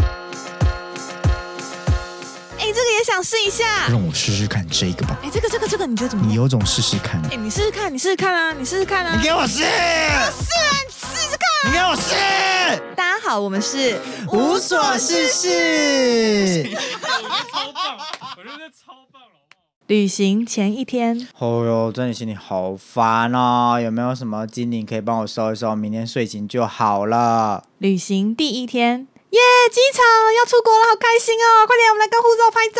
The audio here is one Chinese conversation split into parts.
哎想试一下。让我试试看这个吧。哎，这个这个这个，你觉得怎么你样？有种试试看，哎，你试试看，你试试看啊，你试试看啊你，给我试，试啊，你试试看。你给我试，大家好，我们是无所事事。 超棒，我觉得超棒了。旅行前一天，哦哟，真的心里好烦哦！有没有什么精灵可以帮我收一收？明天睡醒就好了。旅行第一天，耶！机场要出国了，好开心哦！快点，我们来跟护照拍照，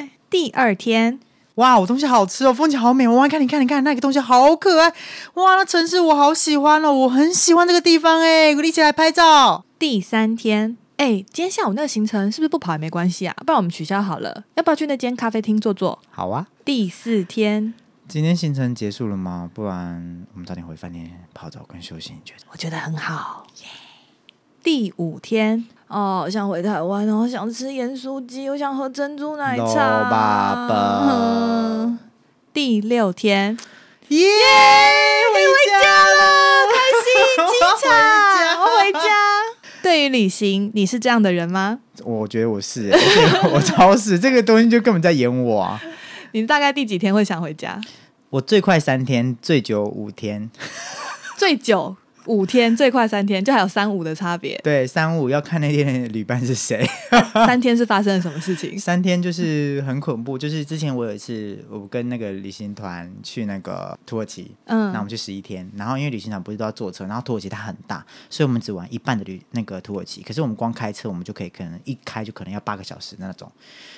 耶！第二天，哇，我东西好吃哦，风景好美哦！哇，看你看你看，那个东西好可爱！哇，那城市我好喜欢哦，我很喜欢这个地方哎，我们一起来拍照。第三天，哎，今天下午那个行程是不是不跑也没关系啊？不然我们取消好了，要不要去那间咖啡厅坐坐？好啊，第四天，今天行程结束了吗？不然我们早点回饭店泡澡跟休息，你觉得？我觉得很好，耶！第五天，哦，我想回台湾哦，我想吃盐酥鸡，我想喝珍珠奶老茶。爸爸嗯 第六天，耶、回家了，开心机 场， 我我回家。对于旅行，你是这样的人吗？我觉得我是， 我觉得我超是，这个东西就根本在演我啊！你大概第几天会想回家？我最快三天，最久五天。。最久五天，最快三天，就还有三五的差别 对，三五要看那天的旅伴是谁。三天是发生了什么事 情？三天就是很恐怖，就是之前我有一次，我跟那个旅行团去那个土耳其，那我嗯们，去十一天，然后因为旅行团不是都要坐车，然后土耳其它很大，所以我们只玩一半的旅那个土耳其，可是我们光开车我们就可以可能一开就可能要八个小时那种，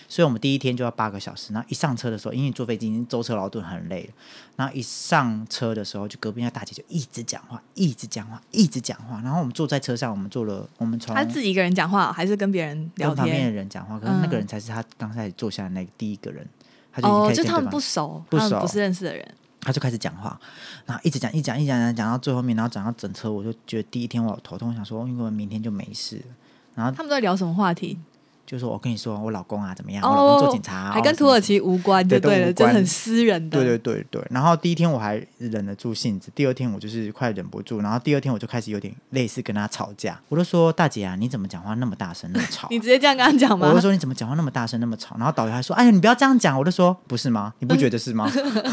所以我们第一天就要八个小时，然后一上车的时候，因为坐飞机已经舟车劳顿很累了，然后一上车的时候，就隔壁那大姐就一直讲话，一直讲话，一直讲话，然后我们坐在车上，我们坐了，我们从他是自己一个人讲话，还是跟别人聊跟旁边的天？人讲话，可是那个嗯人才是他刚开始坐下的那第一个人，他就已经哦开，始就跟对他方们不熟，不他们熟不是认识的人。他就开始讲话，然后一直讲，一直讲，一直讲，讲讲到最后面，然后讲到整车，我就觉得第一天我有头痛，想说因为我明天就没事了，他们都在聊什么话题？就说我跟你说我老公啊怎么样，哦我老公做警察啊、还我跟什么土耳什么。其无关，就对都对了，无就关很私人的。对对对对，然后第一天我还忍得住性子，第二天我就是快忍不住，然后第二天我就开始有点类似跟他吵架，我就说大姐啊，你怎么讲话那么大声那么吵啊、 你直接这样跟他讲吗我就？说你怎么讲话那么大声那么吵，然后导游还说哎呀你不要这样讲，我就说不是吗？你不觉得是吗？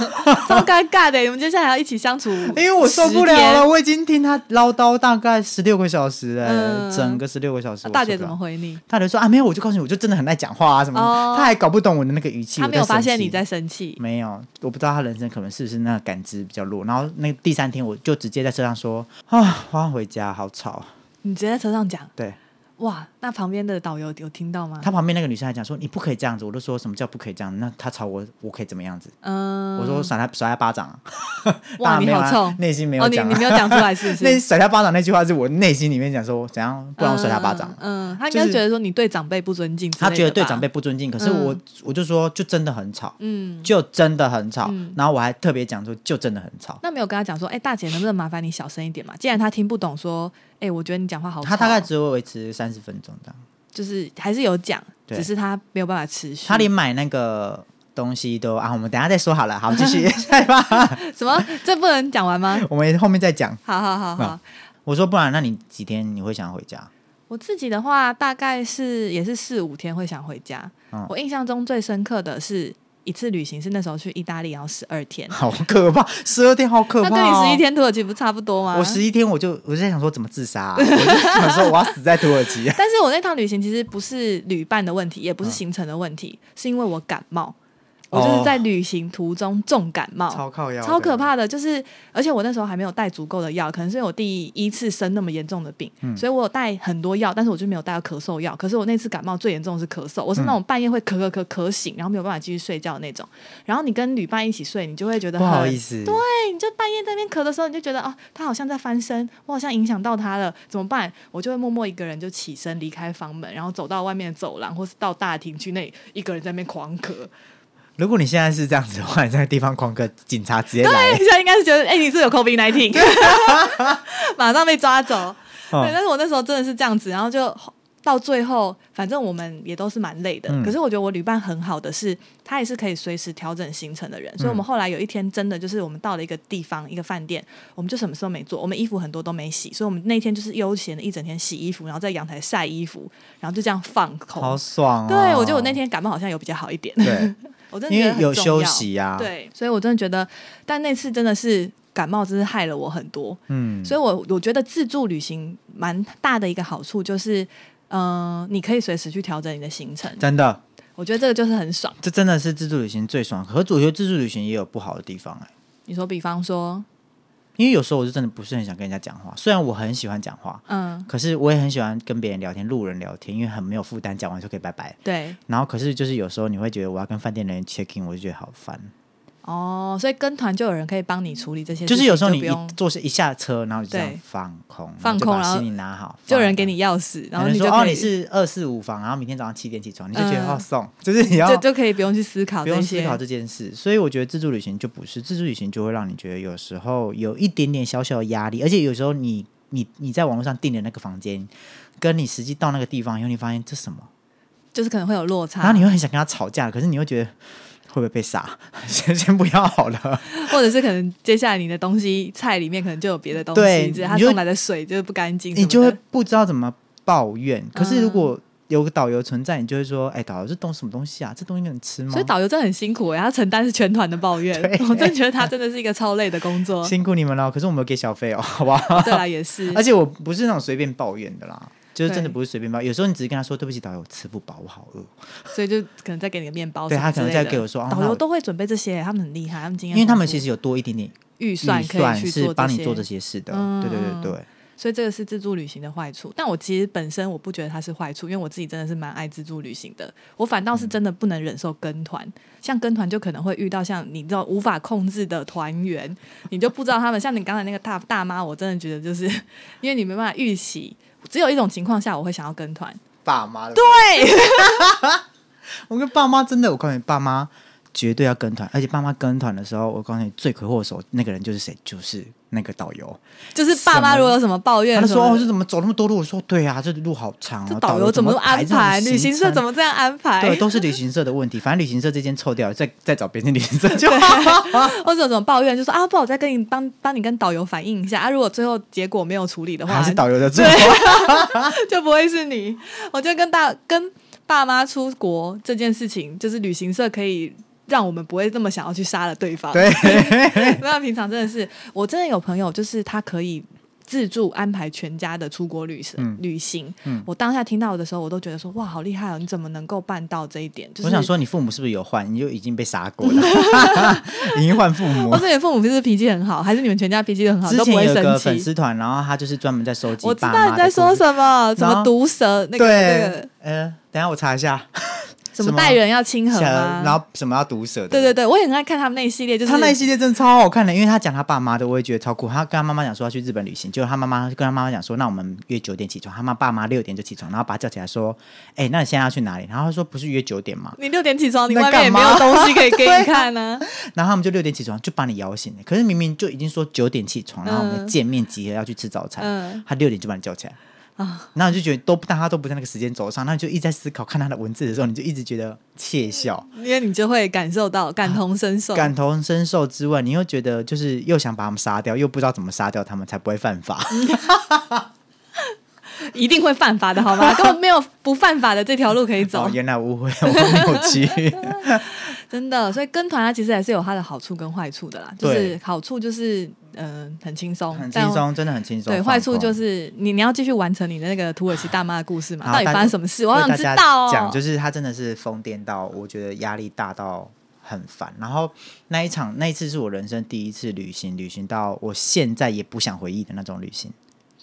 超尴尬的，你们接下来要一起相处，因 因为我受不了了，。我已经听他唠叨大概十六个小时了、嗯整个十六个小时那我受不了。大姐怎么回你？大姐说啊，没有，我就告诉你，我就真的很爱讲话啊什么的。哦他还搞不懂我的那个语气，她我没有在生发现气你在。生气，没有，我不知道他人生可能是不是那个感知比较弱。然后那第三天我就直接在车上说啊，我要回家，好吵。你直接在车上讲。对哇，那旁边的导游有听到吗？他旁边那个女生还讲说你不可以这样子，我就说什么叫不可以这样？那他吵我，我可以怎么样子？嗯，我说甩他甩他巴掌啊。当哇，然你没有啊好臭，内心没有哦，你讲啊你没有讲出来是不是？ 那甩他巴掌那句话是我内心里面讲说怎样，不然我甩他巴掌。嗯，嗯他应就该是觉得说你对长辈不尊敬，他觉得对长辈，不尊敬，可是我、我就说就真的很吵，嗯，就真的很吵，嗯然后我还特别讲说就真的很吵。那没有跟他讲说，哎，大姐能不能麻烦你小声一点嘛？既然他听不懂，说，哎，我觉得你讲话好吵，他大概只会维持三十分钟这样，就是还是有讲，对只是他没有办法持续。他连买那个东西都啊，我们等一下再说好了，好，继续 下一吧， 什么这不能讲完吗？我们后面再讲。好好好好，我说不然，那你几天你会想回 家？我自己的话，大概是也是四五天会想回家。嗯我印象中最深刻的是一次旅行，是那时候去意大利，然后十二天。好可怕，十二天好可那怕、哦。跟你十一。天土耳其不差不多吗？。我十一天我就我就在想说怎么自杀啊、我 就想说我要死在土耳其啊 但是我那趟旅行其实不是旅伴的问题，也不嗯是行程的问题，是因为我感冒，我就是在旅行途中重感冒，哦超靠腰，超可。怕的。就是而且我那时候还没有带足够的药，可能是因为我第一次生那么严重的病，嗯所以我有带很多药，但是我就没有带到咳嗽药。可是我那次感冒最严重的是咳嗽，我是嗯那种半夜会咳咳咳咳醒，然后没有办法继续睡觉的那种。然后你跟旅伴一起睡，你就会觉得不好很意思，对，你就半夜在那边咳的时候，你就觉得哦，他好像在翻身，我好像影响到他了，怎么办？我就会默默一个人就起身离开房门，然后走到外面的走廊，或是到大厅去那里一个人在那边狂咳。如果你现在是这样子的话，你在那个地方狂咳，警察直接来对，现在应该是觉得，哎、你是有 COVID nineteen，马上被抓走。 嗯对，但是我那时候真的是这样子，然后就到最后，反正我们也都是蛮累的。嗯可是我觉得我旅伴很好的是，他也是可以随时调整行程的嗯人。所以我们后来有一天真的就是我们到了一个地方，一个饭店，我们就什么事都没做，我们衣服很多都没洗，所以我们那天就是悠闲的一整天洗衣服，然后在阳台晒衣服，然后就这样放空。好爽哦！对，我觉得我 那天感冒好像有比较好一点。 对，我真的因觉得为很有重休要息呀、啊，，对，所以我真的觉得，但那次真的是感冒，真是害了我很多。嗯，所以我我觉得自助旅行蛮大的一个好处就是，呃，你可以随时去调整你的行程，真的，我觉得这个就是很爽。这真的是自助旅行最爽。可是我觉得自助旅行也有不好的地方哎、你说，比方说，因为有时候我就真的不是很想跟人家讲话，虽然我很喜欢讲话，嗯，可是我也很喜欢跟别人聊天，路人聊天，因为很没有负担，讲完就可以拜拜。对，然后可是就是有时候你会觉得我要跟饭店的人 check in，我就觉得好烦。哦，所以跟团就有人可以帮你处理这些事就情，是有时候你不一用，坐下一下车，然后你就这样对放空，放就空把然后行李拿好，就有人放给空你钥匙，然后有人你就说哦可以你是二四五房，然后明天早上七点起床，你就觉得嗯哦送，就是你要就就可以不用去思考不这用思些，考这件事，所以我觉得自助旅行就不是自助旅行，就会让你觉得有时候有一点点小小的压力，而且有时候你你你在网络上订的那个房间，跟你实际到那个地方以后，你发现这什么，就是可能会有落差，然后你会很想跟他吵架，可是你会觉得会不会被杀？ 先先不要好了，或者是可能接下来你的东西菜里面可能就有别的东对西，只是他你就送来的水就是不干净什么的，嗯你就会不知道怎么抱怨。可是如果有个导游存在，你就会说，哎，导游这东什么东西啊？这东西能吃吗所以？导游真的很辛苦、欸，他承担是全团的抱怨对， 我真的觉得他真的是一个超累的工作。辛苦你们 了，可是我们有给小费哦，好不好？对啦，也是而，且我不是那种随便抱怨的啦，就是真的对不是随便抱怨。有时候你只是跟他说对不起，导游，我吃不饱，我好饿。所以就可能再给你个面包什对么他之可类能的，再给我说，哦导那游我都会准备这些，他们很厉害，他们经验因丰富，为他们其实有多一点点预预算可以去做是帮你做这这些，些事的。嗯对对嗯对对，所以这个是自助旅行的坏处。但我其实本身我不觉得它是坏处，因为我自己真的是蛮爱自助旅行的，我反倒是嗯真的不能忍受跟团，像跟团就可能会遇到像你这种无法控制的团员，你就不知道他们像你刚才那个大大妈，我真的觉得就是因为你没办法预期。只有一种情况下我会想要跟团，爸妈的。对， 我跟爸妈真的，我告诉你，爸妈绝对要跟团，而且爸妈跟团的时候，我告诉你，罪魁祸首那个人就是谁，就是那个导游。就是爸妈如果有什么抱怨他就什么说的，哦，这怎么走那么多路？我说对啊，这路好长哦。这导导游怎怎么排安这种排，旅行社程啊怎么这样安排，对，都是旅行社的问题。反正旅行社这间臭掉了，再 再找别间旅行社就好。啊或者有种抱怨，就说啊，不好，我再跟你帮帮你跟导游反映一下啊，如果最后结果没有处理的话 还，是导游的啊错。 就不会是你。我觉得跟大跟爸妈出国这件事情，就是旅行社可以让我们不会这么想要去杀了对方。 对，那平常真的是，我真的有朋友，就是他可以。自助安排全家的出国旅行，嗯旅行，嗯我当下听到的时候，我都觉得说哇，好厉害哦！你怎么能够办到这一点？就是我想，说，你父母是不是有换？你就已经被杀 过了，已经换父母或。者你父母是不是脾气很好，还是你们全家脾气 很好，之都不前会有个生粉气？丝团，然后他就是专门在收集我知爸妈道你的在故说事。什么，什然么后毒蛇那个那对个，呃，等一下我查一下，什什么么待人要亲和啊，然后什么要毒舌的。对对对，我也很爱看他们那一系列，就是他那一系列真的超好看的，因为他讲他爸妈的，我也觉得超酷。他跟他妈妈讲说要去日本旅行，结果他妈妈跟他妈妈讲说，那我们约九点起床。他妈爸妈六点就起床，然后把他叫起来说，哎、那你现在要去哪里？然后他说不是约九点嘛，你六点起床，你那外面也干嘛没有东西可以给你看呢、然后他们就六点起床就把你摇醒了。可是明明就已经说九点起床，然后我们嗯见面集合要去吃早餐，嗯他六点就把你叫起来。啊然后你就觉得都大家都不在那个时间轴上，那你就一直在思考看他的文字的时候，你就一直觉得窃笑。因为你就会感受到感同身受。感同身受之外，你又觉得就是又想把他们杀掉，又不知道怎么杀掉他们才不会犯法。 嗯一定会犯法的，好 吗？根本没有不犯法的这条路可以走哦，，原来我误会，我没有 去。真的。所以跟团它啊其实还是有它的好处跟坏处的啦。就是对好处就是嗯、很轻松，很但轻。松，真的很轻松。对，放坏处空就是你你要继续完成你的那个土耳其大妈的故事嘛？好到底大家发生什么事？我好为想大知家道哦。讲就是他真的是疯癫到，我觉得压力大到很烦。然后那一场那一次是我人生第一次旅行，旅行到我现在也不想回忆的那种旅行。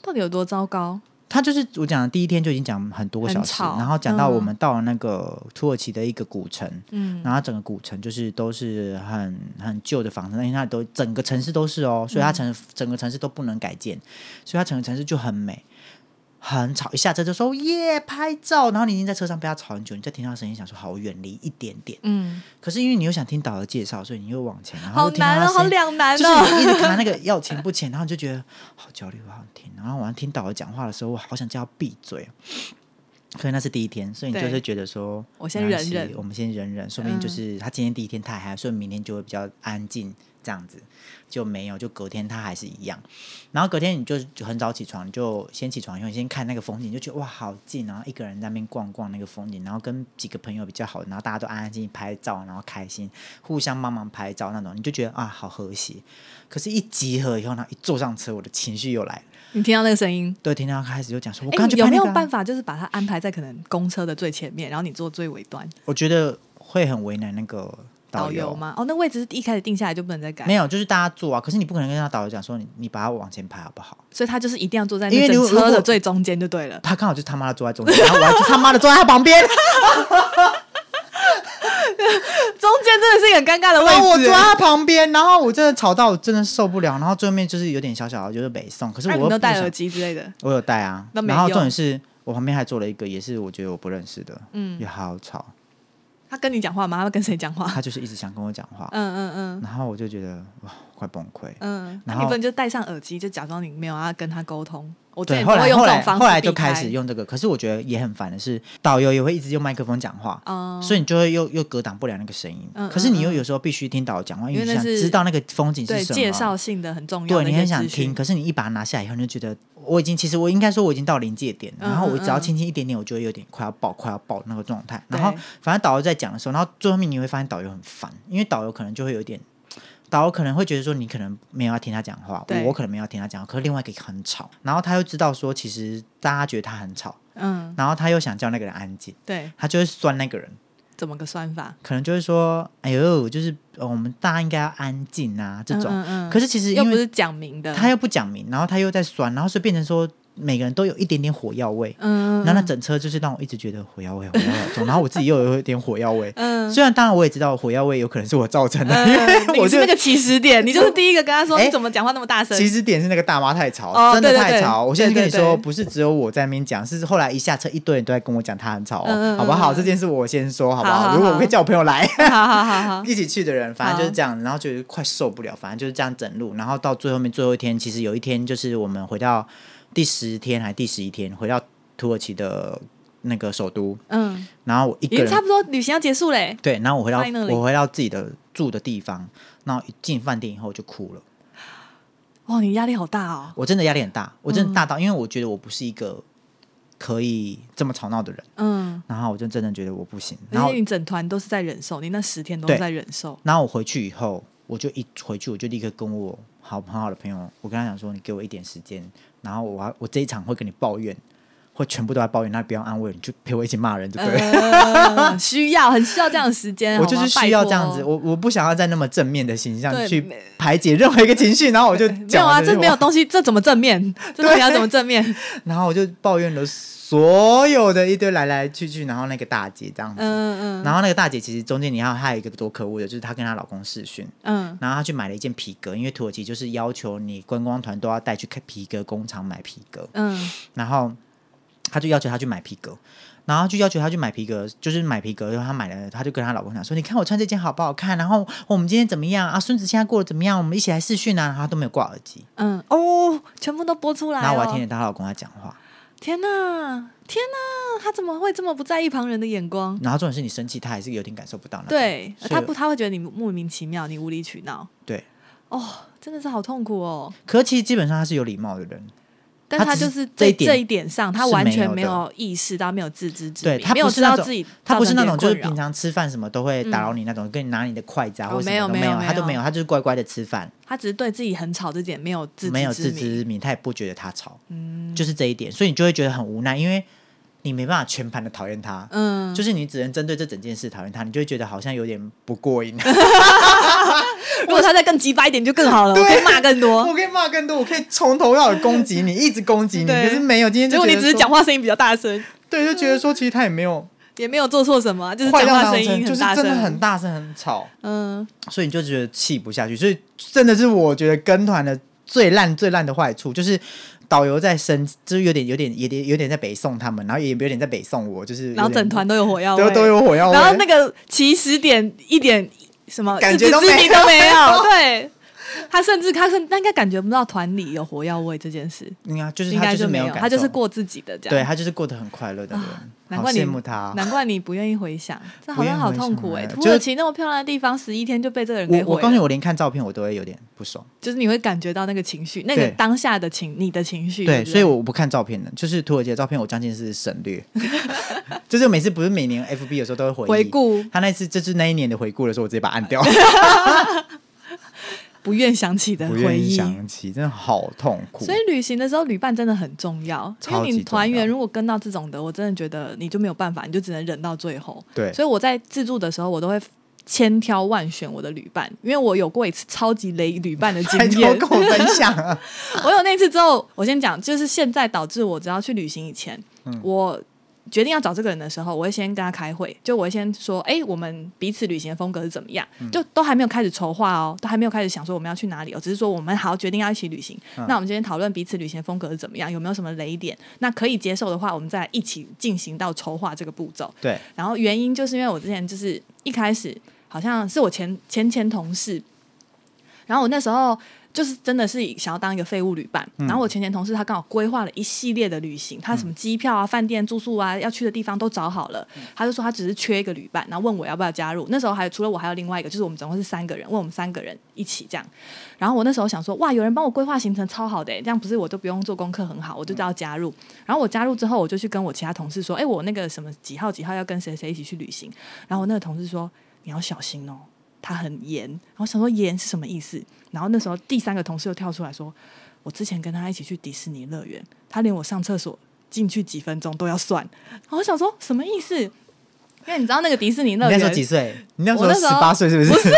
到底有多糟糕？他就是我讲的第一天就已经讲很多个小时，很吵然后讲到嗯我们到了那个土耳其的一个古城，嗯，然后整个古城就是都是很很旧的房子，因为它都整个城市都是嗯哦，所以它城、整个城市都不能改建，所以它整个城市就很美，很吵。一下车就说哦耶拍照，然后你已经在车上被他吵很久，你再听到声音想说好我远离一点点，嗯，可是因为你又想听导游介绍，所以你又往前，然后好又听到难哦，他好声音两难就是哦。你一直看他那个要钱不钱，然后你就觉得好焦虑，我好想听。然后我要听导游讲话的时候，我好想叫他闭嘴。可能那是第一天，所以你就对会觉得说，我先没关系忍嗯忍我们先忍忍，说不定就是他今天第一天太嗨，所以明天就会比较安静，这样子就没有，就隔天他还是一样。然后隔天你就就很早起床，你就先起床以后，你先看那个风景，就觉得哇好近，然后一个人在那边逛逛那个风景，然后跟几个朋友比较好，然后大家都安安静静拍照，然后开心，互相帮忙拍照那种，你就觉得啊好和谐。可是，一集合以后，然后一坐上车，我的情绪又来了，你听到那个声音，对，听到他开始就讲说，我哎、刚刚你就有拍没那有个啊办法就是把它安排在可能公车的最前面，然后你坐最尾端？我觉得会很为难那个导游游？吗？哦，那位置是一开始定下来就不能再改没，有，就是大家坐啊，可是你不可能跟他导游讲说你你把他往前排好不好？所以他就是一定要坐在因那为如整如车果的最中间就对 了。他刚好就他妈的坐在中间，然后我还就他妈的坐在他旁 边，中间真的是一个很尴尬的然后我位坐置在欸。他旁边，然后我真的吵到我真的受不了，然后最后面就是有点小小的就是北宋，可是那我啊你们又都不戴想耳机之类的，我有戴啊，那没然后重用点是我旁边还坐了一个也是我觉得我不认识的，嗯，也好吵，他跟你讲话吗？他会跟谁讲 话？他就是一直想跟我讲话，嗯嗯 嗯然后我就觉得哇快崩溃，嗯，那然你后不能就戴上耳机，就假装你没有要跟他沟通。我之对，前后都来会用后这来种方式后来就避开开始，用这个，可是我觉得也很烦的是，导游也会一直用麦克风讲话，嗯，所以你就会又又隔挡不了那个声音。嗯可是你又嗯嗯有时候必须听导游讲话，因因为为你那想是知道那个风景是对什么。介绍性的很重要对的一你些很资讯，想听，可是你一把它拿下来以后，你就觉得我已经其实我应该说我已经到临界点了，嗯然后我嗯只要嗯轻轻一点点，我就会有点快要爆快要爆那个状态。对然后反正导游在讲的时候，然后最后面你会发现导游很烦，因为导游可能就会有一点。导游可能会觉得说你可能没有要听他讲话，对我可能没有要听他讲话，可是另外一个很吵，然后他又知道说其实大家觉得他很吵，嗯，然后他又想叫那个人安静，对，他就会酸那个人，怎么个算法？可能就会说：“哎呦，就是、呃我们大家应该要安静啊，这种。嗯嗯嗯可是其实又因不为是讲明的，他又不讲明，然后他又在酸，然后所以变成说每个人都有一点点火药味。嗯，嗯然后那整车就是让我一直觉得火药味、火药味很 重，然后我自己又有一点火药味。嗯虽然当然我也知道火药味有可能是我造成的，嗯 因为你我是就那个起始点，你就是第一个跟他说哎你怎么讲话那么大声其，实点是那个大妈太吵，哦真的对对太对吵。我现在对跟你对说，对不是只有我在那边讲，是后来一下车一堆人都在跟我讲他很吵、哦，嗯嗯好不嗯好？嗯这件事我先说好不好好如果我好可以叫我朋友来，好好好好，一起去的人，反正就是好这样，然后就是快受不了，反正就是这样整路，然后到最后面最后一天，其实有一天就是我们回到第十天还第十一天，回到土耳其的那个首都，嗯，然后我一已个经人差不多旅行要结束嘞，对，然后我回到 Finally 我回到自己的住的地方，然后一进饭店以后我就哭了，哇，你压力好大哦，我真的压力很大，我真的大到，嗯因为我觉得我不是一个可以这么吵闹的人，嗯，然后我就真的觉得我不行，然而后且你整团都是在忍受，你那十天都是对在忍受，然后我回去以后，我就一回去我就立刻跟我好很好的朋友，我跟他讲说，你给我一点时间，然后我要我这一场会跟你抱怨，会全部都在抱怨，那不要安慰，你就陪我一起骂人，对不对？呃， 需要很需要这样的时间，我就哎是好吗需要这样子，。拜托我我不想要在那么正面的形象对去没排解任何一个情绪，然后我就 没有讲啊，完这些没有话东西，这怎么正 面？这到底要怎么正面？然后我就抱怨了所有的一堆来来去去，然后那个大姐这样子，嗯嗯然后那个大姐其实中间你要还有一个多可恶的，就是她跟她老公试训，嗯然后他去买了一件皮革，因为土耳其就是要求你观光团都要带去看皮革工厂买皮革，嗯然后他就要求他去买皮革，然后就要求他去买皮革，就是买皮革，然后他买了，他就跟他老公讲说：“你看我穿这件好不好看？然后我们今天怎么样啊？孙子现在过得怎么样？我们一起来试训啊！”然后他都没有挂耳机，嗯，哦，全部都播出来、哦。然后我还听见她老公在讲话。天哪，天哪，他怎么会这么不在意旁人的眼光？然后重点是你生气，他还是有点感受不到那种。对啊所以他不，他会觉得你莫名其妙，你无理取闹。对。哦，真的是好痛苦哦。可是其实基本上他是有礼貌的人，但他他只是就是这一在点这一点上，他完全没没有的有意识到，没有自知之对明，他没有不是知那道种自己他不是那种就造成是别人平困扰常吃饭什么都会打扰你那种，跟你拿你的筷子啊嗯哦或者没什么有都没有有，没他都没有，有他就是乖乖的吃饭，他只是对自己很吵这点没有自没有知自之明。知之明，他也不觉得他吵，就是这一点，所以你就会觉得很无奈，因为你没办法全盘的讨厌他，嗯，就是你只能针对这整件事讨厌他，你就会觉得好像有点不 过瘾。如果他再更鸡掰一点就更好了，我可以骂更 我多。可以骂更多，我可以从头到尾攻击你，一直攻击你，对可是没有，今天结就果你觉得只是说讲，话声音比较大声，对，就觉得说其实他也没有也没有做错什么啊，就是坏讲到话哪种声程音度，就是大真声，的很大声很吵。嗯，所以你就觉得气不下去。所以真的是我觉得跟团的最烂最烂的坏处，就是导游在生，就是有点有点有点有点在北宋他们，然后也有点在北宋我，就是有点然后整团都有火药味，都都有火药味。然后那个起始点一点什么感觉都 自知之明都没有，对。他甚至他甚他应该感觉不到团里有火药味这件事，应该啊就是应他该就是没有感受，他就是过自己的这样。对他就是过得很快乐的人，难好怪你羡慕他。难怪你不愿意回想，这好像好痛苦哎、不愿意回想哎土耳其那么漂亮的地方，十一天就被这个人给我我毁告诉你，了，我连看照片我都会有点不爽。就是你会感觉到那个情绪，那个对当下的情，你的情绪。对，不所以我不看照片的，就是土耳其的照片，我将近是省略。 就是每次不是每年 FB 有时候都会回忆回顾他那次就是那一年的回顾的时候，我直接把它按掉，不愿想起的不回愿意忆。想起，真的好痛苦。所 以旅行的时候，旅伴真的很重要，因超为级你团重要员如果跟到这种的，我真的觉得你就没有办法，你就只能忍到最后。对所以我在自助的时候，我都会千挑万选我的旅伴，因为我有过一次超级雷旅伴的经 拜托验。跟我分 享啊！我有那次之后，我先讲，就是现在导致我只要去旅行以前，我决定要找这个人的时候，我会先跟他开会，就我会先说，哎、我们彼此旅行的风格是怎么样，就都还没有开始筹划哦，都还没有开始想说我们要去哪里哦，只是说我们好决定要一起旅行。那我们今天讨论彼此旅行的风格是怎么样，有没有什么雷点？那可以接受的话，我们再一起进行到筹划这个步骤。对，然后原因就是因为我之前就是一开始好像是我前前前同事，然后我那时候就是真的是想要当一个废物旅伴，然后我前前同事他刚好规划了一系列的旅行，他什么机票啊、饭店、住宿啊、要去的地方都找好了，他就说他只是缺一个旅伴，然后问我要不要加入。那时候还有除了我还有另外一个，就是我们总共是三个人，问我们三个人一起这样。然后我那时候想说，哇，有人帮我规划行程超好的欸耶，这样不是我就不用做功课，很好，我嗯就知道加入。然后我加入之后，我就去跟我其他同事说，哎，我那个什么几号几号要跟谁谁一起去旅行。然后我那个同事说，你要小心哦，他很严。然后想说严是什么意思？然后那时候第三个同事又跳出来说，我之前跟他一起去迪士尼乐园，他连我上厕所进去几分钟都要算。然后我想说什么意思？因为你知道那个迪士尼你乐那园时候几岁？你那时我候那时十候八岁是不是？不是，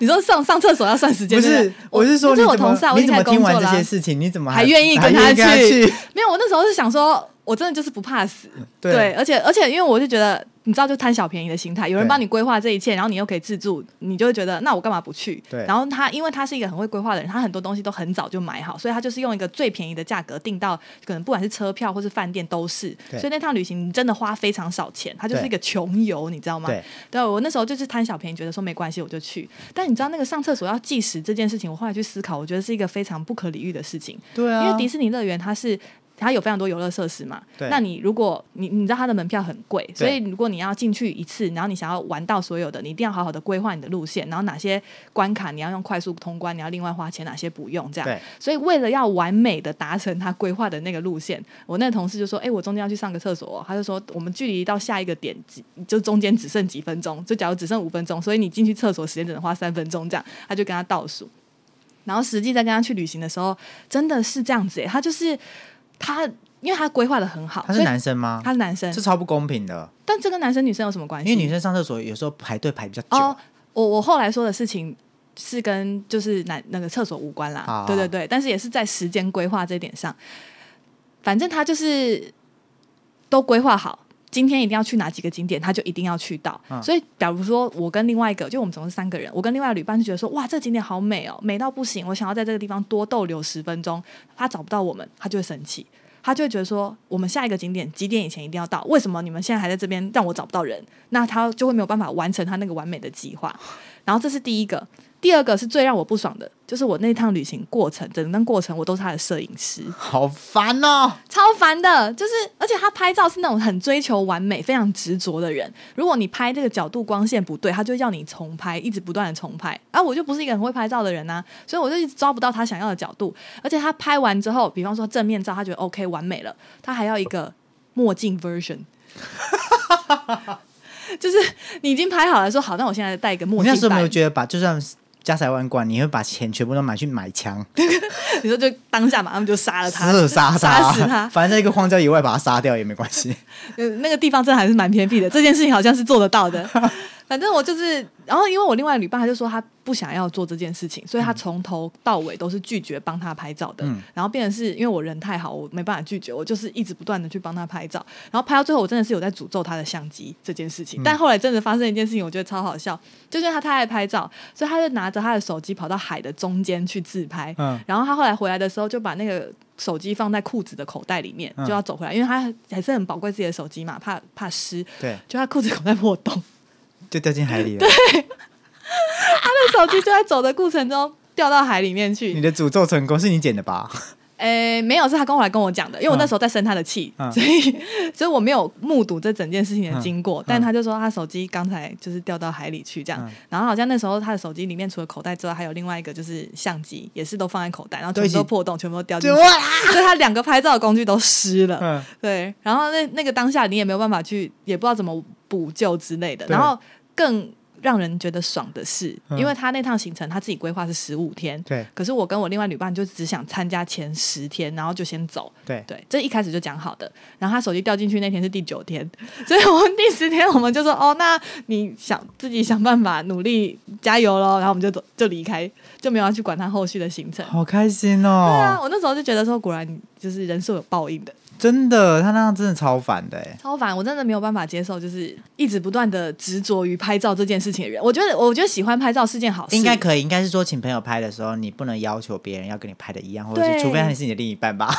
你说上上厕所要算时间，不对是对，我是说这你我怎么同事啊，我已你经开怎始么听工作完这了啊、些事情，你怎么还愿意跟还他愿意跟去他去？没有，我那时候是想说，我真的就是不怕死， 对而且而且因为我就觉得，你知道，就贪小便宜的心态，有人对帮你规划这一切，然后你又可以自助，你就会觉得，那我干嘛不去？对然后他，因为他是一个很会规划的人，他很多东西都很早就买好，所以他就是用一个最便宜的价格订到，可能不管是车票或是饭店都是。对所以那趟旅行你真的花非常少钱，他就是对一个穷游，你知道吗？对，对我那时候就是贪小便宜，觉得说没关系我就去。但你知道那个上厕所要计时这件事情，我后来去思考，我觉得是一个非常不可理喻的事情。对啊，因为迪士尼乐园它是它有非常多游乐设施嘛，对那你如果你你知道它的门票很贵，所以如果你要进去一次，然后你想要玩到所有的，你一定要好好的规划你的路线，然后哪些关卡你要用快速通关，你要另外花钱，哪些不用这样对。所以为了要完美的达成他规划的那个路线，我那个同事就说：“哎、我中间要去上个厕所、哦。”他就说：“我们距离到下一个点几，就中间只剩几分钟，就假如只剩五分钟，所以你进去厕所时间只能花三分钟这样。”他就跟他倒数。然后实际在跟他去旅行的时候，真的是这样子诶，他就是他，因为他规划的很好，他所是以男生吗？他是男生这，超不公平的，但这跟男生女生有什么关系？因为女生上厕所有时候排队排比较久。哦，我我后来说的事情是跟就是男那个厕所无关啦，好好对对对，但是也是在时间规划这一点上，反正他就是都规划好。今天一定要去哪几个景点，他就一定要去到。嗯所以，假如说我跟另外一个，就我们总共是三个人，我跟另外一个旅伴就觉得说，哇，这个景点好美哦，美到不行，我想要在这个地方多逗留十分钟。他找不到我们，他就会生气，他就会觉得说，我们下一个景点几点以前一定要到，为什么你们现在还在这边让我找不到人？那他就会没有办法完成他那个完美的计划。然后这是第一个，第二个是最让我不爽的，就是我那趟旅行过程，整段过程我都是他的摄影师，好烦哦！超烦的。就是而且他拍照是那种很追求完美、非常执着的人。如果你拍这个角度、光线不对，他就要你重拍，一直不断的重拍。啊，我就不是一个很会拍照的人呐、啊所以我就一直抓不到他想要的角度。而且他拍完之后，比方说正面照，他觉得 OK 完美了，他还要一个墨镜 version。就是你已经拍好了，说好，那我现在戴一个墨镜你那戴。时候没有觉得把就算家财万贯，你会把钱全部都买去买枪，你说就当下马上就杀了他，射 杀他，杀死他反正在一个框架以外把他杀掉也没关系。呃那个地方真的还是蛮偏僻的，这件事情好像是做得到的。反正我就是，然后因为我另外的旅伴他就说他不想要做这件事情，所以他从头到尾都是拒绝帮他拍照的。然后变成是因为我人太好，我没办法拒绝，我就是一直不断的去帮他拍照。然后拍到最后，我真的是有在诅咒他的相机这件事情。但后来真的发生一件事情，我觉得超好笑，就是他太爱拍照，所以他就拿着他的手机跑到海的中间去自拍。嗯然后他后来回来的时候，就把那个手机放在裤子的口袋里面，嗯就要走回来，因为他还是很宝贵自己的手机嘛，怕怕湿， 对，就他裤子口袋破 洞，就掉进海里了。他的手机就在走的过程中掉到海里面你去。的诅咒成功是你剪的吧？诶，没有，是他跟我来跟我讲的，因为我那时候在生他的气，嗯所以 所以我没有目睹这整件事情的经过。但他就说他手机刚才就是掉到海里去这样，嗯然后好像那时候他的手机里面除了口袋之外，还有另外一个就是相机，也是都放在口袋，然后全都一部起都破洞，全部都掉进就去，哇！所以他两个拍照的工具都湿了。嗯，对，然后那那个当下你也没有办法去，也不知道怎么补救之类的。对然后更让人觉得爽的是，嗯因为他那趟行程他自己规划是十五天，对可是我跟我另外旅伴就只想参加前十天，然后就先走。对，对，这一开始就讲好的。然后他手机掉进去那天是第九天，所以我们第十天我们就说哦，那你想自己想办法努力加油喽。然后我们就走就离开，就没有要去管他后续的行程。好开心对啊，哦！我那时候就觉得说，果然就是人是有报应的。真的，他那样真的超烦的欸，超烦，我真的没有办法接受，就是一直不断的执着于拍照这件事情的人。我觉得，我觉得喜欢拍照是件好事，应该可以，应该是说请朋友拍的时候，你不能要求别人要跟你拍的一样，或者对是除非他是你的另一半吧。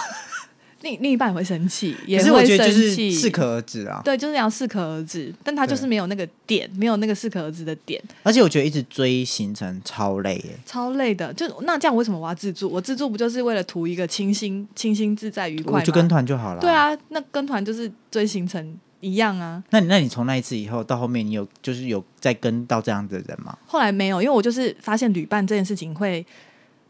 另另一半也会生气，也 可是我会觉得就生是气，适可而止啊。对，就是要适可而止。但他就是对没有那个点，没有那个适可而止的点，而且我觉得一直追行程超累欸耶。超累的。就那这样，为什么我要自助？我自助不就是为了图一个清新、清新自在、愉快我吗？就跟团就好了。对，啊，那跟团就是追行程一样啊。那你那你从那一次以后到后面，你有就是有再跟到这样的人吗？后来没有，因为我就是发现旅伴这件事情会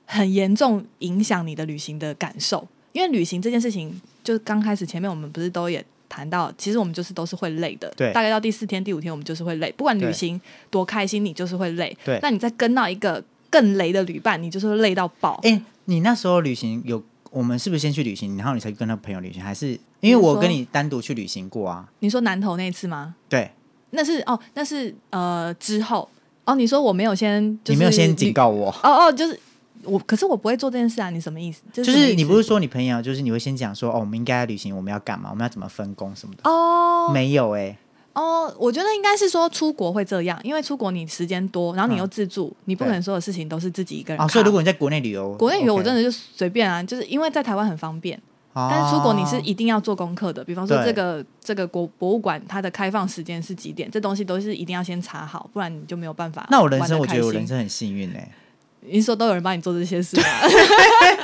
很严重影响你的旅行的感受。因为旅行这件事情，就是刚开始前面我们不是都也谈到，其实我们就是都是会累的。对大概到第四天、第五天，我们就是会累。不管旅行多开心，你就是会累。对那你再跟到一个更累的旅伴，你就是会累到爆。哎、你那时候旅行有我们是不是先去旅行，然后你才去跟他朋友旅行，还是因为我跟你单独去旅行过啊？你说南投那一次吗？对，那是哦，那是呃之后哦。你说我没有先，就是、你没有先警。告我，哦哦，就是我，可是我不会做这件事啊。你什么意思？就就什么意是思你不是说你朋友，就是你会先讲说哦，我们应该旅行，我们要干嘛，我们要怎么分工什么的，哦，没有哎、哦，我觉得应该是说出国会这样，因为出国你时间多，然后你又自助，你不可能所有事情都是自己一个人嗯啊，扛。所以如果你在国内旅游，国内旅游，我 OK 真的就随便啊，就是因为在台湾很方便，哦但是出国你是一定要做功课的。比方说对这个这个国博物馆它的开放时间是几点，这东西都是一定要先查好，不然你就没有办法。那我人生，我觉得我人，生很幸运哎、你说都有人帮你做这些 事吗？因为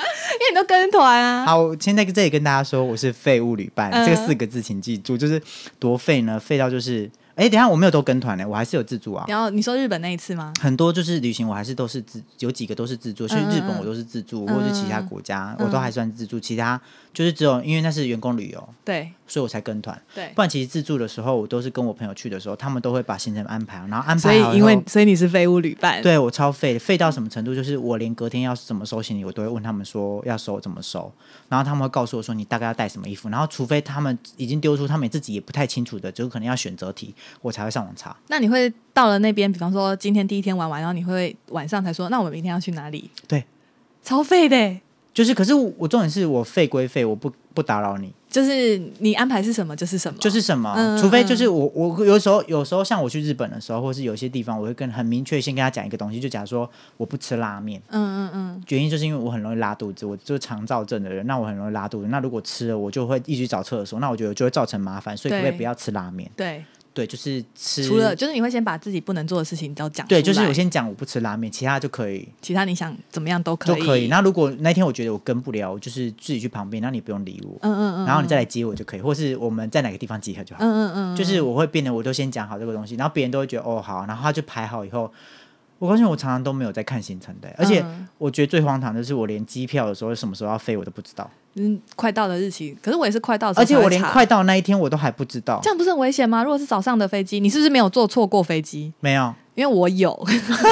你都跟团啊。好，我先在这里跟大家说，我是废物旅伴、嗯这个四个字，请记住，就是多废呢，废到就是，哎、等一下我没有都跟团呢、我还是有自助啊。然后你说日本那一次吗？很多就是旅行，我还是都是自，有几个都是自助，去嗯日本我都是自助，嗯或者是其他国家、嗯我都还算自助，其他就是只有因为那是员工旅游，对所以我才跟团。对不，然其实自助的时候，我都是跟我朋友去的时候，他们都会把行程安排好，然后安排所好以后因为所以你是废物旅伴，对我超废，废到什么程度？就是我连隔天要怎么收行李，我都会问他们说要收怎么收，然后他们会告诉我说你大概要带什么衣服，然后除非他们已经丢出他们自己也不太清楚的，就可能要选择题，我才会上网查。那你会到了那边，比方说今天第一天玩完，然后你会晚上才说，那我们明天要去哪里？对，超费的欸，就是，可是我我重点是我废归废，我不不打扰你，就是你安排是什么就是什么，就是什么，嗯除非就是我我有时候有时候像我去日本的时候，或是有些地方，我会跟很明确先跟他讲一个东西，就假如说我不吃拉面。嗯嗯嗯，原因就是因为我很容易拉肚子，我就是肠燥症的人，那我很容易拉肚子。那如果吃了，我就会一直找厕所，那我觉得就会造成麻烦，所以可对不可以不要吃拉面？对，对，就是吃。除了就是你会先把自己不能做的事情都讲出来，对，就是我先讲我不吃拉面，其他就可以其他你想怎么样都可都以，可以。那如果那天我觉得我跟不了，我就是自己去旁边，那你不用理我，嗯嗯嗯，然后你再来接我就可以，或是我们在哪个地方集合就好。嗯嗯嗯，就是我会变得我都先讲好这个东西，然后别人都会觉得哦好，然后他就排好以后，我告诉你，我常常都没有在看行程的，欸而且嗯我觉得最荒唐的是，我连机票的时候什么时候要飞我都不知道。嗯快到的日期，可是我也是快到的时候而才且会查，我连快到那一天我都还不知道这，样不是很危险吗？如果是早上的飞机，你是不是没有坐错过飞机？没有，因为我 有，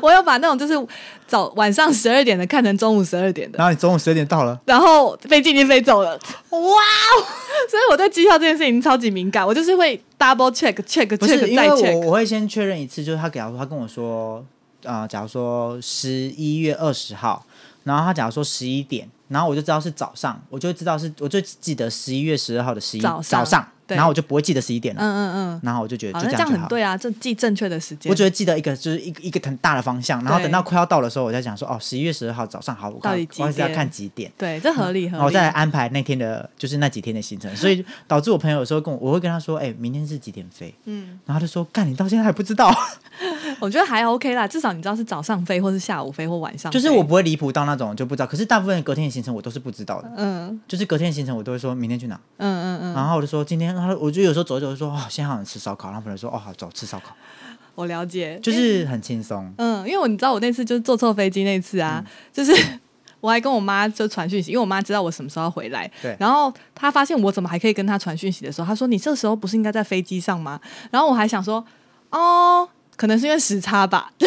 我有把那种就是早晚上十二点的看成中午十二点的，然后你中午十二点到了，然后飞机已经飞走了，哇！哦！ 所以我对机票这件事情超级敏感，我就是会 double check check 不是 check 因再为我 check。我会先确认一次，就是他假如他跟我说，啊、假如说十一月二十号，然后他假如说十一点，然后我就知道是早上，我就知道是我就记得十一月十二号的十一早上对然后我就不会记得十一点嗯了，嗯然后我就觉嗯，得好，就那这这样样就很好。对啊，这记正确的时间。我只得会记得一个，就是一个一个很大的方向，然后对等到快要到的时候，我再讲说，哦，十一月十二号早上好，我到看底几我还是要点看几点，对，这合理合理。然后嗯我再来安排那天的，就是那几天的行程，所以导致我朋友有时候跟我，我会跟他说，哎、明天是几点飞？嗯， 然后他就说，干，你到现在还不知道， 我觉得还 OK 啦，至少你知道是早上飞，或是下午飞，或晚上飞。就是我不会离谱到那种就不知道，可是大部分的隔天的行程我都是不知道的。嗯，就是隔天的行程我都会说明天去哪，嗯嗯嗯然后我就说今天，然后我就有时候走一走就说哦，现在好想吃烧烤，然后朋友说哦好走吃烧烤，嗯，我了解，就因为是很轻松。嗯，因为我你知道我那次就是坐错飞机那次啊，就是 我还跟我妈就传讯息，因为我妈知道我什么时候要回来，对然后她发现我怎么还可以跟她传讯息的时候，她说你这时候不是应该在飞机上吗？然后我还想说，哦，可能是因为时差吧。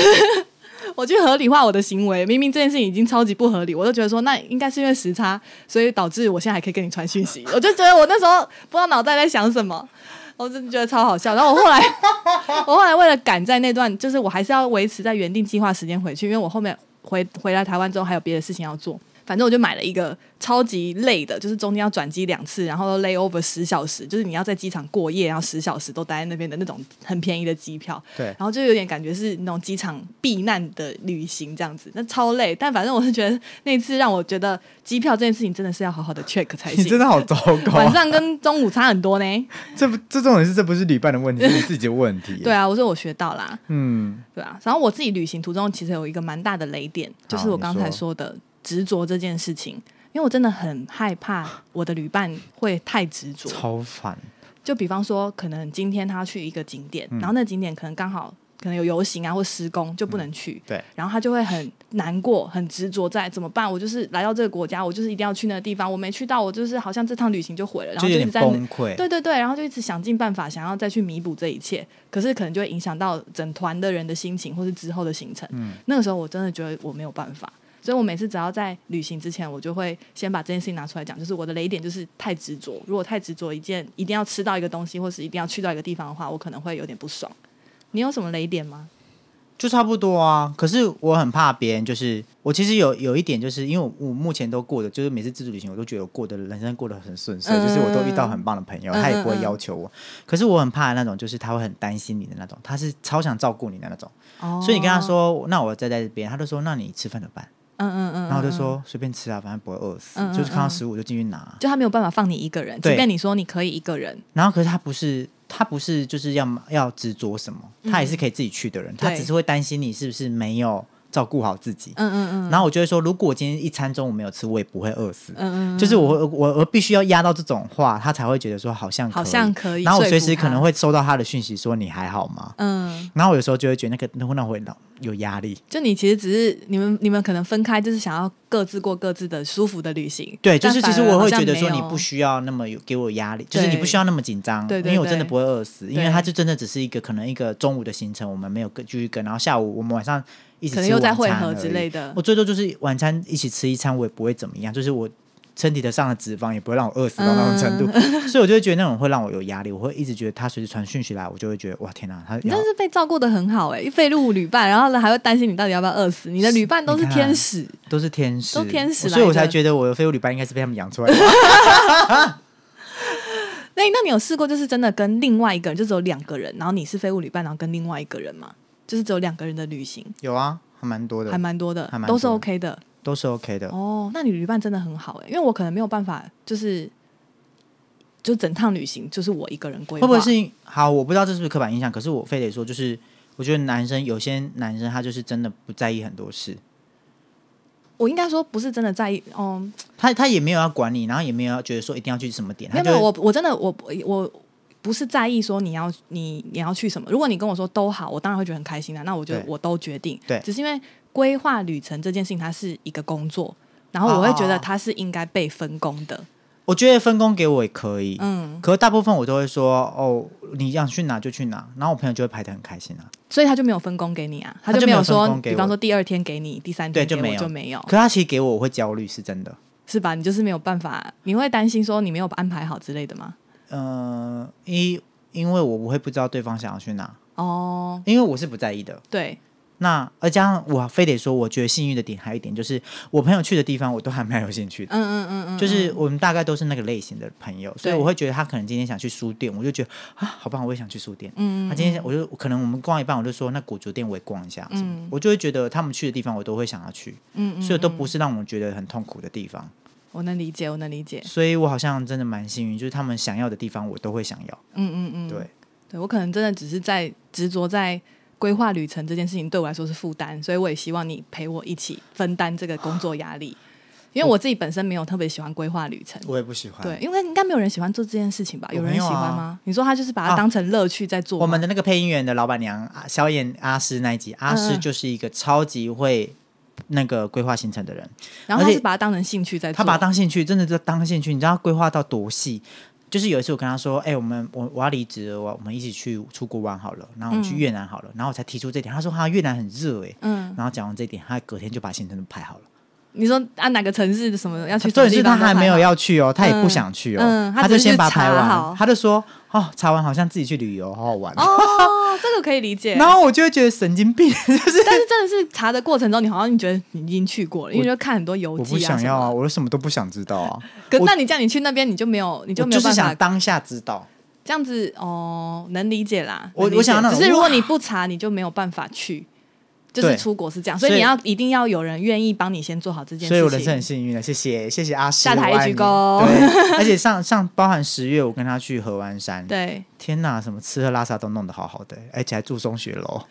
我去合理化我的行为，明明这件事情已经超级不合理，我都觉得说那应该是因为时差，所以导致我现在还可以跟你传讯息。我就觉得我那时候不知道脑袋在想什么，我哦真的觉得超好笑。然后我后来， 我后来为了赶在那段，就是我还是要维持在原定计划时间回去，因为我后面回回来台湾之后还有别的事情要做。反正我就买了一个超级累的，就是中间要转机两次，然后 lay over 十小时，就是你要在机场过夜，然后十小时都待在那边的那种很便宜的机票。对，然后就有点感觉是那种机场避难的旅行这样子，那超累。但反正我是觉得那次让我觉得机票这件事情真的是要好好的 check 才你行。 真的好糟糕、晚啊，上跟中午差很多呢。这不这种人是这不是旅伴 的问题，是你自己的问题。对，啊，我说我学到啦，嗯，对啊。然后我自己旅行途中其实有一个蛮大的雷点，就是我刚才说的执着这件事情。因为我真的很害怕我的旅伴会太执着，超烦。就比方说，可能今天他去一个景点，嗯然后那景点可能刚好可能有游行啊或施工，就不能去。对，然后他就会很难过，很执着在怎么办？我就是来到这个国家，我就是一定要去那个地方，我没去到，我就是好像这趟旅行就毁了，然后就有一点直在崩溃。对对对，然后就一直想尽办法想要再去弥补这一切，可是可能就会影响到整团的人的心情，或是之后的行程。嗯那个时候我真的觉得我没有办法，所以我每次只要在旅行之前，我就会先把这件事情拿出来讲，就是我的雷点就是太执着。如果太执着一件一定要吃到一个东西，或是一定要去到一个地方的话，我可能会有点不爽。你有什么雷点吗？就差不多啊。可是我很怕别人，就是我其实有有一点，就是因为我我目前都过的，就是每次自助旅行，我都觉得我过的人生过得很顺遂，嗯就是我都遇到很棒的朋友，嗯他也不会要求我。可是我很怕那种，就是他会很担心你的那种，他是超想照顾你的那种。哦所以你跟他，说，那我再在这边，他就说，那你吃饭怎么办？嗯嗯嗯，然后我就说随便吃啊，反正不会饿死，嗯嗯就是看到嗯食物我就进去拿嗯，。就他没有办法放你一个人，即对便你说你可以一个人，然后可是他不是他不是就是要要执着什么，他也是可以自己去的人，他嗯对只是会担心你是不是没有照顾好自己。嗯嗯嗯然后我就会说，如果我今天一餐中午没有吃，我也不会饿死。嗯嗯，就是我会我我必须要压到这种话，他才会觉得说好嗯像可以好像可以然后我随说时服可能他会收到他的讯息说你还好吗？嗯。然后我有时候就会觉得那个那会让我有压力。就你其实只是你们你们可能分开，就是想要各自过各自的舒服的旅行。对，就是但其实反而我好会像觉得没说有你不需要那么有给我压力，就是你对不需要那么紧张，对对因为我真的对不会饿死，因为对它就真的只是一个可能一个中午的行程，我们没有跟继续跟，然后下午我们晚上一起可能吃又在晚会餐合而之已类的我最多就是晚餐一起吃一餐，我也不会怎么样，就是我。身体的上的脂肪也不会让我饿死到那种程度，嗯 所以我就会觉得那种会让我有压力，我会一直觉得他随时传讯息来，我就会觉得哇天哪，他你要真的是被照顾的很好哎、欸，费路旅伴，然后呢还会担心你到底要不要饿死。你的旅伴都是你看天 使，都是天使，都天使所以我来的才觉得我的废物旅伴应该是被他们养出来的。 那那你有试过就是真的跟另外一个人，就只有两个人，然后你是废物旅伴，然后跟另外一个人吗？就是只有两个人的旅行，有啊，还蛮多还的，蛮多的还，蛮都是多的 OK 的。都是 OK 的。哦，那你旅伴真的很好哎、欸，因为我可能没有办法，就是就整趟旅行就是我一个人规划，会不会是好？我不知道这是不是刻板印象，可是我非得说，就是我觉得男生有些男生他就是真的不在意很多事，我应该说不是真的在意哦，他他也没有要管你，然后也没有要觉得说一定要去什么点，没有他没就有，会我我真的我我不是在意说你要你你要去什么。如果你跟我说都好，我当然会觉得很开心啊啦。那我觉得对我都决定，对只是因为规划旅程这件事情，它是一个工作，然后我会觉哦哦得哦它是应该被分工的。我觉得分工给我也可以，嗯，可是大部分我都会说哦，你想去哪就去哪，然后我朋友就会排的很开心啊。所以他就没有分工给你啊，他就就没有有说分工，给比方我说第二天给你，第三对天就给没我有就没有可，是他其实给我我会焦虑，是真的。是吧？你就是没有办法，你会担心说你没有安排好之类的吗？呃，因因为我不会不知道对方想要去哪，哦，因为我是不在意的。对，那而加上我非得说，我觉得幸运的点还有一点就是，我朋友去的地方我都还蛮有兴趣的。嗯嗯嗯嗯，就是我们大概都是那个类型的朋友，所以我会觉得他可能今天想去书店，我就觉得啊，好棒，我也想去书店。嗯，他今天我就可能我们逛一半，我就说那古着店我也逛一下，嗯，我就会觉得他们去的地方我都会想要去，嗯嗯，所以都不是让我觉得很痛苦的地方，我能理解，我能理解，所以我好像真的蛮幸运，就是他们想要的地方我都会想要，嗯嗯嗯，对，对我可能真的只是在执着在规划旅程这件事情对我来说是负担，所以我也希望你陪我一起分担这个工作压力，因为我自己本身没有特别喜欢规划旅程。我也不喜欢。对，，因为应该没有人喜欢做这件事情吧？我有人没喜有啊啊欢吗？你说他就是把它当成乐趣在做吗、我们的那个配音员的老板娘啊，萧燕阿诗那一集，阿诗嗯就是一个超级会那个规划行程的人，然后他而是且把它当成兴趣在做，他把它当兴趣，真的就当兴趣。你知道他规划到多细？就是有一次我跟他说：“哎、我们我我要离职了，我我们一起去出国玩好了，然后我们去越南好了。然后我才提出这点，他说：“哈，越南很热哎、嗯，然后讲完这点，他隔天就把行程都排好了。你你说啊哪个城市什么要去什重么点地是方他都还还没有好要去哦，他也不想去哦，嗯嗯他他就只是先去把它排查完好。他就说：“哦，查完好像自己去旅游，好好玩。哦，这个可以理解。然后我就会觉得神经病，就是但是真的是查的过程中，你好像觉得你已经去过了，因为就看很多游我记啊不想什么要啊，的。我什么都不想知道啊，可我那你这样，你去那边你就没有，你我就没有是办想法当下知道。这样子哦，能理解啦。能我理解我想要那种只是如果你不查，你就没有办法去。就是对出国是这样，所所以以你要一定要有人愿意帮你先做好这件事情。所以我人生很幸运的，谢谢谢谢阿诗，下台我爱你鞠躬 对，而且上上包含十月，我跟他去合湾山，，对，天哪，什么吃喝拉撒都弄得好好的，而且还住松雪楼，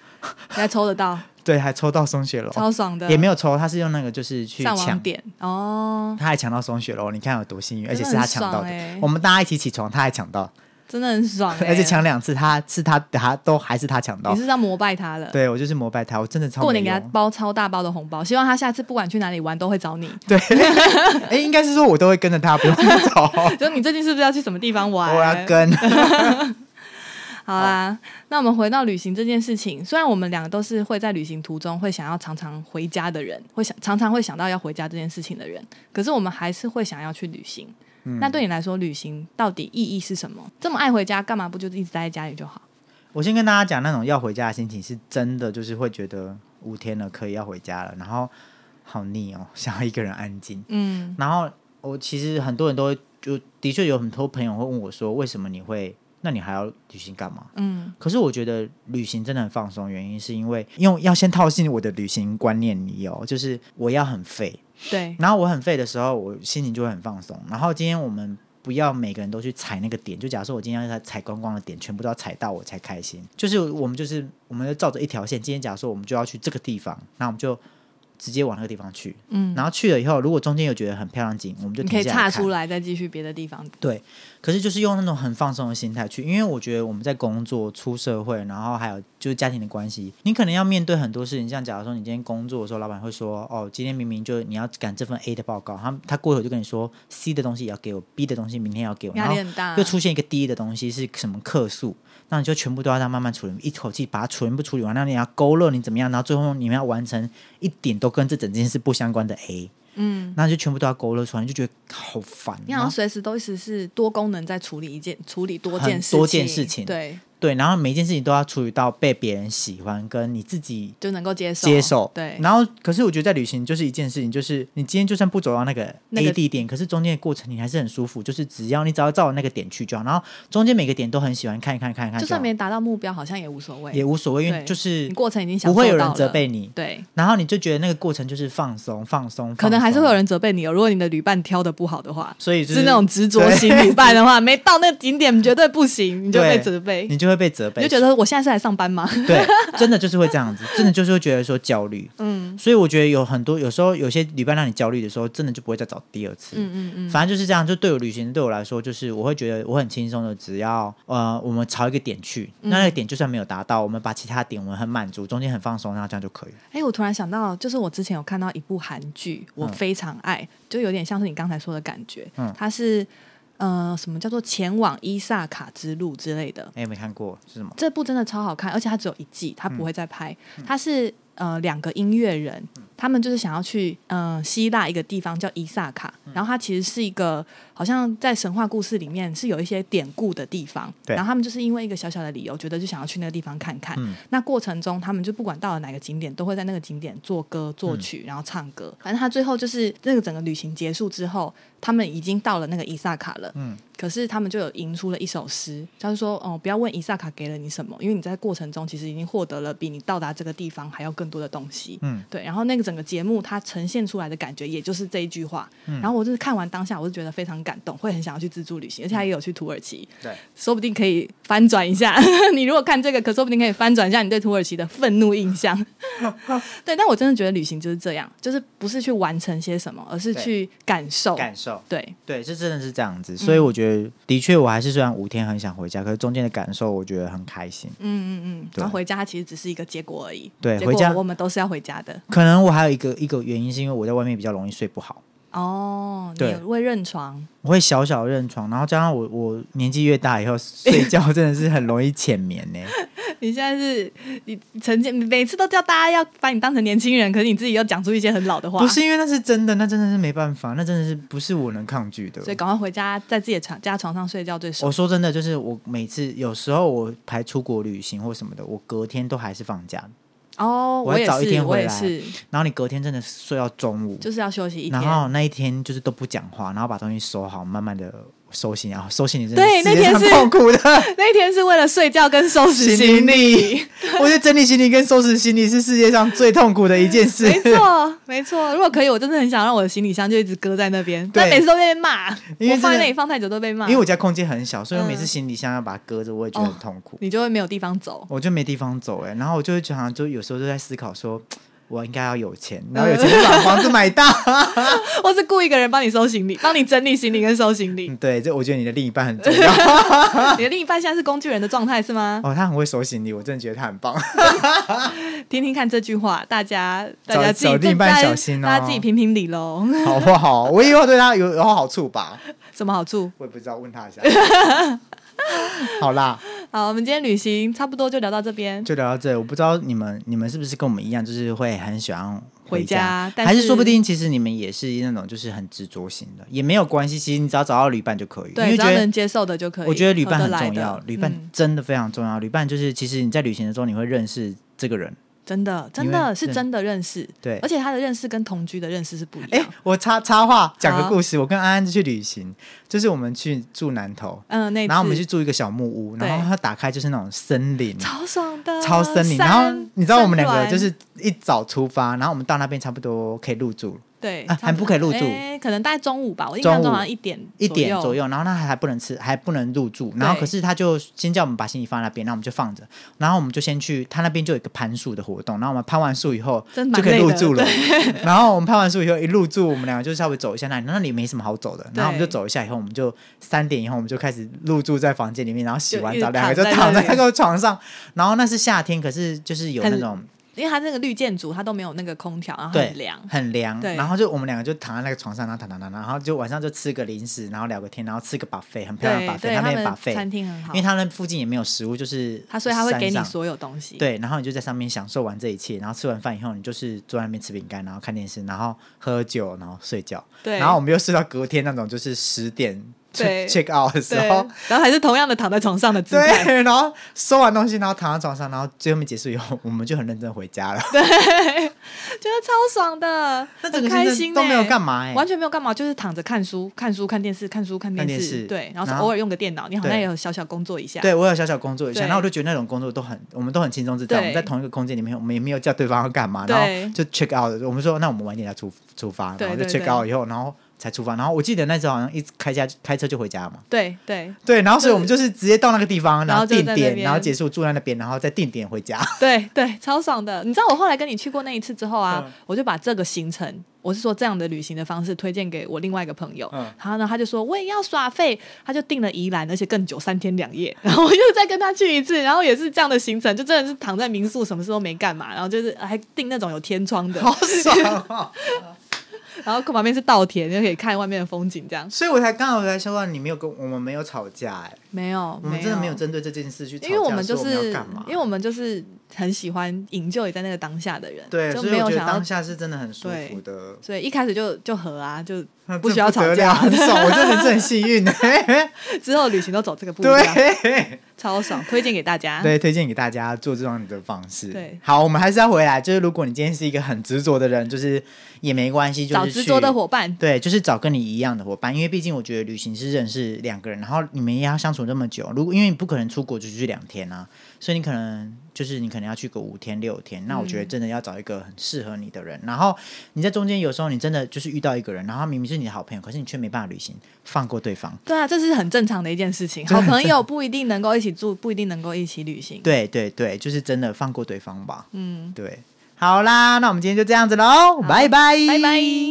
你还抽得 到，对，还抽到松雪楼，超爽的。哦也没有抽，他是用那个就是去上网抢。点哦，他还抢到松雪楼，你看有多幸运，而且是真的他很抢到的。爽欸我们大家一起起床，他还抢到，真的很爽欸。 而且抢两次，他是他他都还是他抢到你。是要膜拜他了。对我就是膜拜他，我真的超过没年给他用包超大包的红包，希望他下次不管去哪里玩都会找你。对，哎、应该是说我都会跟着他， 不用找，就你最近是不是要去什么地方玩？哦我要跟。好啦，那我们回到旅行这件事情，虽然我们两个都是会在旅行途中会想要常常回家的人，会想常常会想到要回家这件事情的人，可是我们还是会想要去旅行。嗯那对你来说，旅行到底意义是什么？这么爱回家，干嘛不就一直待在家里就好？我先跟大家讲，那种要回家的心情是真的，就是会觉得五天了，可以要回家了，然后好腻哦，想要一个人安静。嗯然后我其实很多人都会，就的确有很多朋友会问我说，为什么你会？那你还要旅行干嘛？嗯，可是我觉得旅行真的很放松，原因是因为因为要先套进我的旅行观念里哦，就是我要很废，对，然后我很废的时候，我心情就会很放松。然后今天我们不要每个人都去踩那个点，就假设我今天要踩观光的点，全部都要踩到我才开心。就是我们就是我们就照着一条线，今天假设我们就要去这个地方，那我们就直接往那个地方去。嗯，然后去了以后，如果中间有觉得很漂亮的景，我们就你可停以下来岔看出。来，再继续别的地方。对，可是就是用那种很放松的心态去，因为我觉得我们在工作、出社会，然后还有就是家庭的关系，你可能要面对很多事情。像假如说你今天工作的时候，老板会说：“哦，今天明明就你要赶这份 A 的报告，他他过一会儿就跟你说 C 的东西也要给我，B 的东西明天也要给我，然压后力很大啊又出现一个 D 的东西是什么客诉，那你就全部都要让慢慢处理，一口气把它全部处理完，那你要勾勒你怎么样，然后最后你们要完成一点都跟这整件事不相关的 A，嗯，那就全部都要勾勒出来，你就觉得好烦。啊你然好后像随时都是是多功能在处理一件，处理多很件事情，多件事情对，对，然后每一件事情都要处理到被别人喜欢，跟你自己就能够接受，接受。对，然后，可是我觉得在旅行就是一件事情，就是你今天就算不走到那个那 A 个地点，可是中间的过程你还是很舒服，就是只要你只要照那个点去就好。然后中间每个点都很喜欢看一看看一看就好，算没达到目标，好像也无所谓，也无所谓，因为对就是你过程已经享不受到会了有人责备你，对，然后你就觉得那个过程就是放松放松，可能放还是松会有。人责备你哦。如果你的旅伴挑的不好的话，、所以就是那种执着型对旅伴的话，没 到那个景点绝对不行，你就对被责备，你就会被责备，你就觉得我现在是来上班吗？ 对，真的就是会这样子，真的就是会觉得说焦虑。嗯所以我觉得有很多，有时候有些旅伴让你焦虑的时候，真的就不会再找第二次。嗯嗯嗯，反正就是这样，就对我旅行对我来说，就是我会觉得我很轻松的，只要呃我们朝一个点去，嗯那那个点就算没有达到，我们把其他点我们很满足，中间很放松，然后这样就可以了。哎、我突然想到，就是我之前有看到一部韩剧，我非常爱，就有点像是你刚才说的感觉，嗯它是呃什么叫做前往伊萨卡之路之类的，哎、没看过是什么？这部真的超好看，而且它只有一季，它嗯不会再拍。它是呃两个音乐人，他们就是想要去呃希腊一个地方叫伊萨卡，嗯然后它其实是一个好像在神话故事里面是有一些典故的地方，对然后他们就是因为一个小小的理由，觉得就想要去那个地方看看。嗯那过程中，他们就不管到了哪个景点，都会在那个景点做歌、作嗯曲，然后唱歌。反正他最后就是那个整个旅行结束之后，他们已经到了那个伊萨卡了。嗯可是他们就有吟出了一首诗，他就说：“哦，不要问伊萨卡给了你什么，因为你在过程中其实已经获得了比你到达这个地方还要更多的东西。”嗯，对。然后那个整个节目它呈现出来的感觉，也就是这一句话。然后我就是看完当下，我就觉得非常感动，会很想要去自助旅行，而且他也有去土耳其，嗯对，说不定可以翻转一下。 你如果看这个，可说不定可以翻转一下你对土耳其的愤怒印 象。对，但我真的觉得旅行就是这样，就是不是去完成些什么，而是对去感受。感受。对，对，这真的是这样嗯子，所以我觉得，的确，我还是虽然五天很想回家，可是中间的感受，我觉得很开心。嗯嗯嗯。对然后回家，它其实只是一个结果而已。对结回果家我们都是要回家的。可能我还有一个一个原因，是因为我在外面比较容易睡不好，哦，你对有会认床， 我会小小认床，然后加上我我年纪越大以后，睡 觉真的是很容易浅眠呢、你现在是你曾经每次都叫大家要把你当成年轻人，可是你自己又讲出一些很老的话。不是因为那是真的，那真的是没办法，那真的是不是我能抗拒的。所以赶快回家，在自己的床家床上睡觉最我爽。说真的，就是我每次有时候我排出国旅行或什么的，我隔天都还是放假的。哦，我要也早一是，天我回也来是，然后你隔天真的睡到中午，就是要休息一然天。后那一天就是都不讲话，然后把东西收好，慢慢的收行李啊，收行李真的对世界上那天是痛苦的。 那一天是为了睡觉跟收拾行行李。李，我觉得整理 行李跟收拾行李是世界上最痛苦的一件事。 没错，没错。如果可以，我真的很想让我的行李箱就一直搁在那边，对但每次都被骂。因为我放在真的那里放太久都被骂，因为我家空间很小，所以我每嗯次行李箱要把它搁着，我也觉得很痛苦，你就会没有地方走。我就没地方走哎、然后我就会常常就有时候就在思考说，我应该要有钱，然后有钱就把房子买 大。 或是雇一个人帮你收行李，帮你整理行李跟收行李。嗯对，这我觉得你的另一半很重要嗯你的另一半现在是工具人的状态是吗？哦，他很会收行李，我真的觉得他很棒。听听看这句话，大家大家找自己找另一半大家嗯小心哦大家自己评评理喽。好不好？我以后对他有有好处吧？ 什么好处？我也不知道，问他一下。 好啦，好，我们今天旅行差不多就聊到这边。就聊到这。我不知道你们你们是不是跟我们一样，就是会很喜欢回家，家但还是是说不定其实你们也是那种就是很执着型的，也没有关系。其实你只要找到旅伴就可以，因对，为只觉要得能。接受的就可以。我觉得旅伴合很得来重的要，旅伴嗯真的非常重要。旅伴就是，其实你在旅行的时候，你会认识这个人。真的真因的为是认真的认识，对而且他的认识跟同居的认识是不一哎样。，我插插话讲个好故事。我跟安安去旅行，就是我们去住南头，嗯，那一次然后我们去住一个小木屋，然后对它打开就是那种森林，超爽的超森林。山然后你知道我们两个山峦就是一早出发，然后我们到那边差不多可以入住了对，啊差还多不可以入住诶可能大概中午吧，我印象中好像一点一点左。右，然后那还不能吃，还不能入住。然后可是他就先叫我们把行李放那边，然后我们就放着，然后我们就先去他那边就有一个攀树的活动，然后我们攀完树以后真蛮就可累以的入住了。 然后我们攀完树以后一入住，我们两个就稍微走一下那里，那里没什么好走的，然后我们就走一下以后，我们就三点以后我们就开始入住在房间里面，然后洗完就一直澡两个躺就在躺那在里那个床上。然后那是夏天，可是就是有那很种。因为它那个绿建筑，它都没有那个空调，然后对，很凉。很凉。对然后就我们两个就躺在那个床上，然后躺躺躺，然后就晚上就吃个零食，然后聊个天，然后吃个 buffet，很漂亮对的 buffet，对，那他边们有 buffet，餐厅很好因为，他们附近也没有食物，就是他所以他会给你山上所有东西。，对，然后你就在上面享受完这一切，然后吃完饭以后，你就是坐在那边吃饼干，然后看电视，然后喝酒，然后睡觉。对然后我们又睡到隔天那种就是十点对 check check out 的时对，候，然后还是同样的躺在床上的姿态。对，然后收完东西，然后躺在床上，然后最后面结束以后，我们就很认真回家了。觉得超爽的， 那整很个开行程心都没有欸干嘛欸完全没有干嘛，就是躺着看书、看书、看电视、看书、看电看电视对，然后然后偶尔用个电脑，你好像对也有小小工作一下，对我有小小工作一下，对然后我就觉得那种工作都很，我们都很轻松自在，对我们在同一个空间里面，我们也没有叫对方要干嘛，对然后就 check out，我们说那我们晚一点再出出发，对然后就对 check out 以后，然后才出发，然后我记得那时候好像一直开家开车就回家嘛。对对对，然后所以我们就是直接到那个地方，然然后后就定在那点，边然后结束住在那边，然后再定点 回家。 对对，超爽的。你知道我后来跟你去过那一次之后啊，嗯我就把这个行程，我是说这样的旅行的方式推荐给我另外一个朋友，嗯然后呢他就说我也要耍废，他就订了宜兰，而且更久，三天两夜。 然后我又再跟他去一次，然后也是这样的行程，就真的是躺在民宿，什么事都没干嘛，然后就是还订那种有天窗的，好爽、哦！然后旁边是稻田，就可以看外面的风景，这样所以我才刚好才说啊到你没有跟我们没有吵架、哎，没有，我们真的没有针对这件事去吵架，因为我们就说我是要干嘛？因为我们就是很喜欢营救也在那个当下的人，对，就所没以有我觉得想要当下是真的很舒服的。所以一开始就就和啊，就那不这需要吵得架了很爽，我真的是很幸运 的。 之后旅行都走这个步调， 对超爽，推荐给大家。对，推荐给大家做这样的方式。对好，我们还是要回来，就是如果你今天是一个很执着的人，就是也没关系，就是找执着去的伙伴，对，就是找跟你一样的伙伴，因为毕竟我觉得旅行是认识两个人，然后你们也要相处那么久。如果因为你不可能出国就去两天啊，所以你可能就是你可能要去个五天六天。那我嗯觉得真的要找一个很适合你的人，然后你在中间有时候你真的就是遇到一个人，然后他明明是你的好朋友，可是你却没办法旅行，放过对方。对啊，这是很正常的一件事情。好朋友不一定能够一起住，不一定能够一起旅行。对对对，就是真的放过对方吧。嗯，对，好啦，那我们今天就这样子喽，拜拜，拜拜。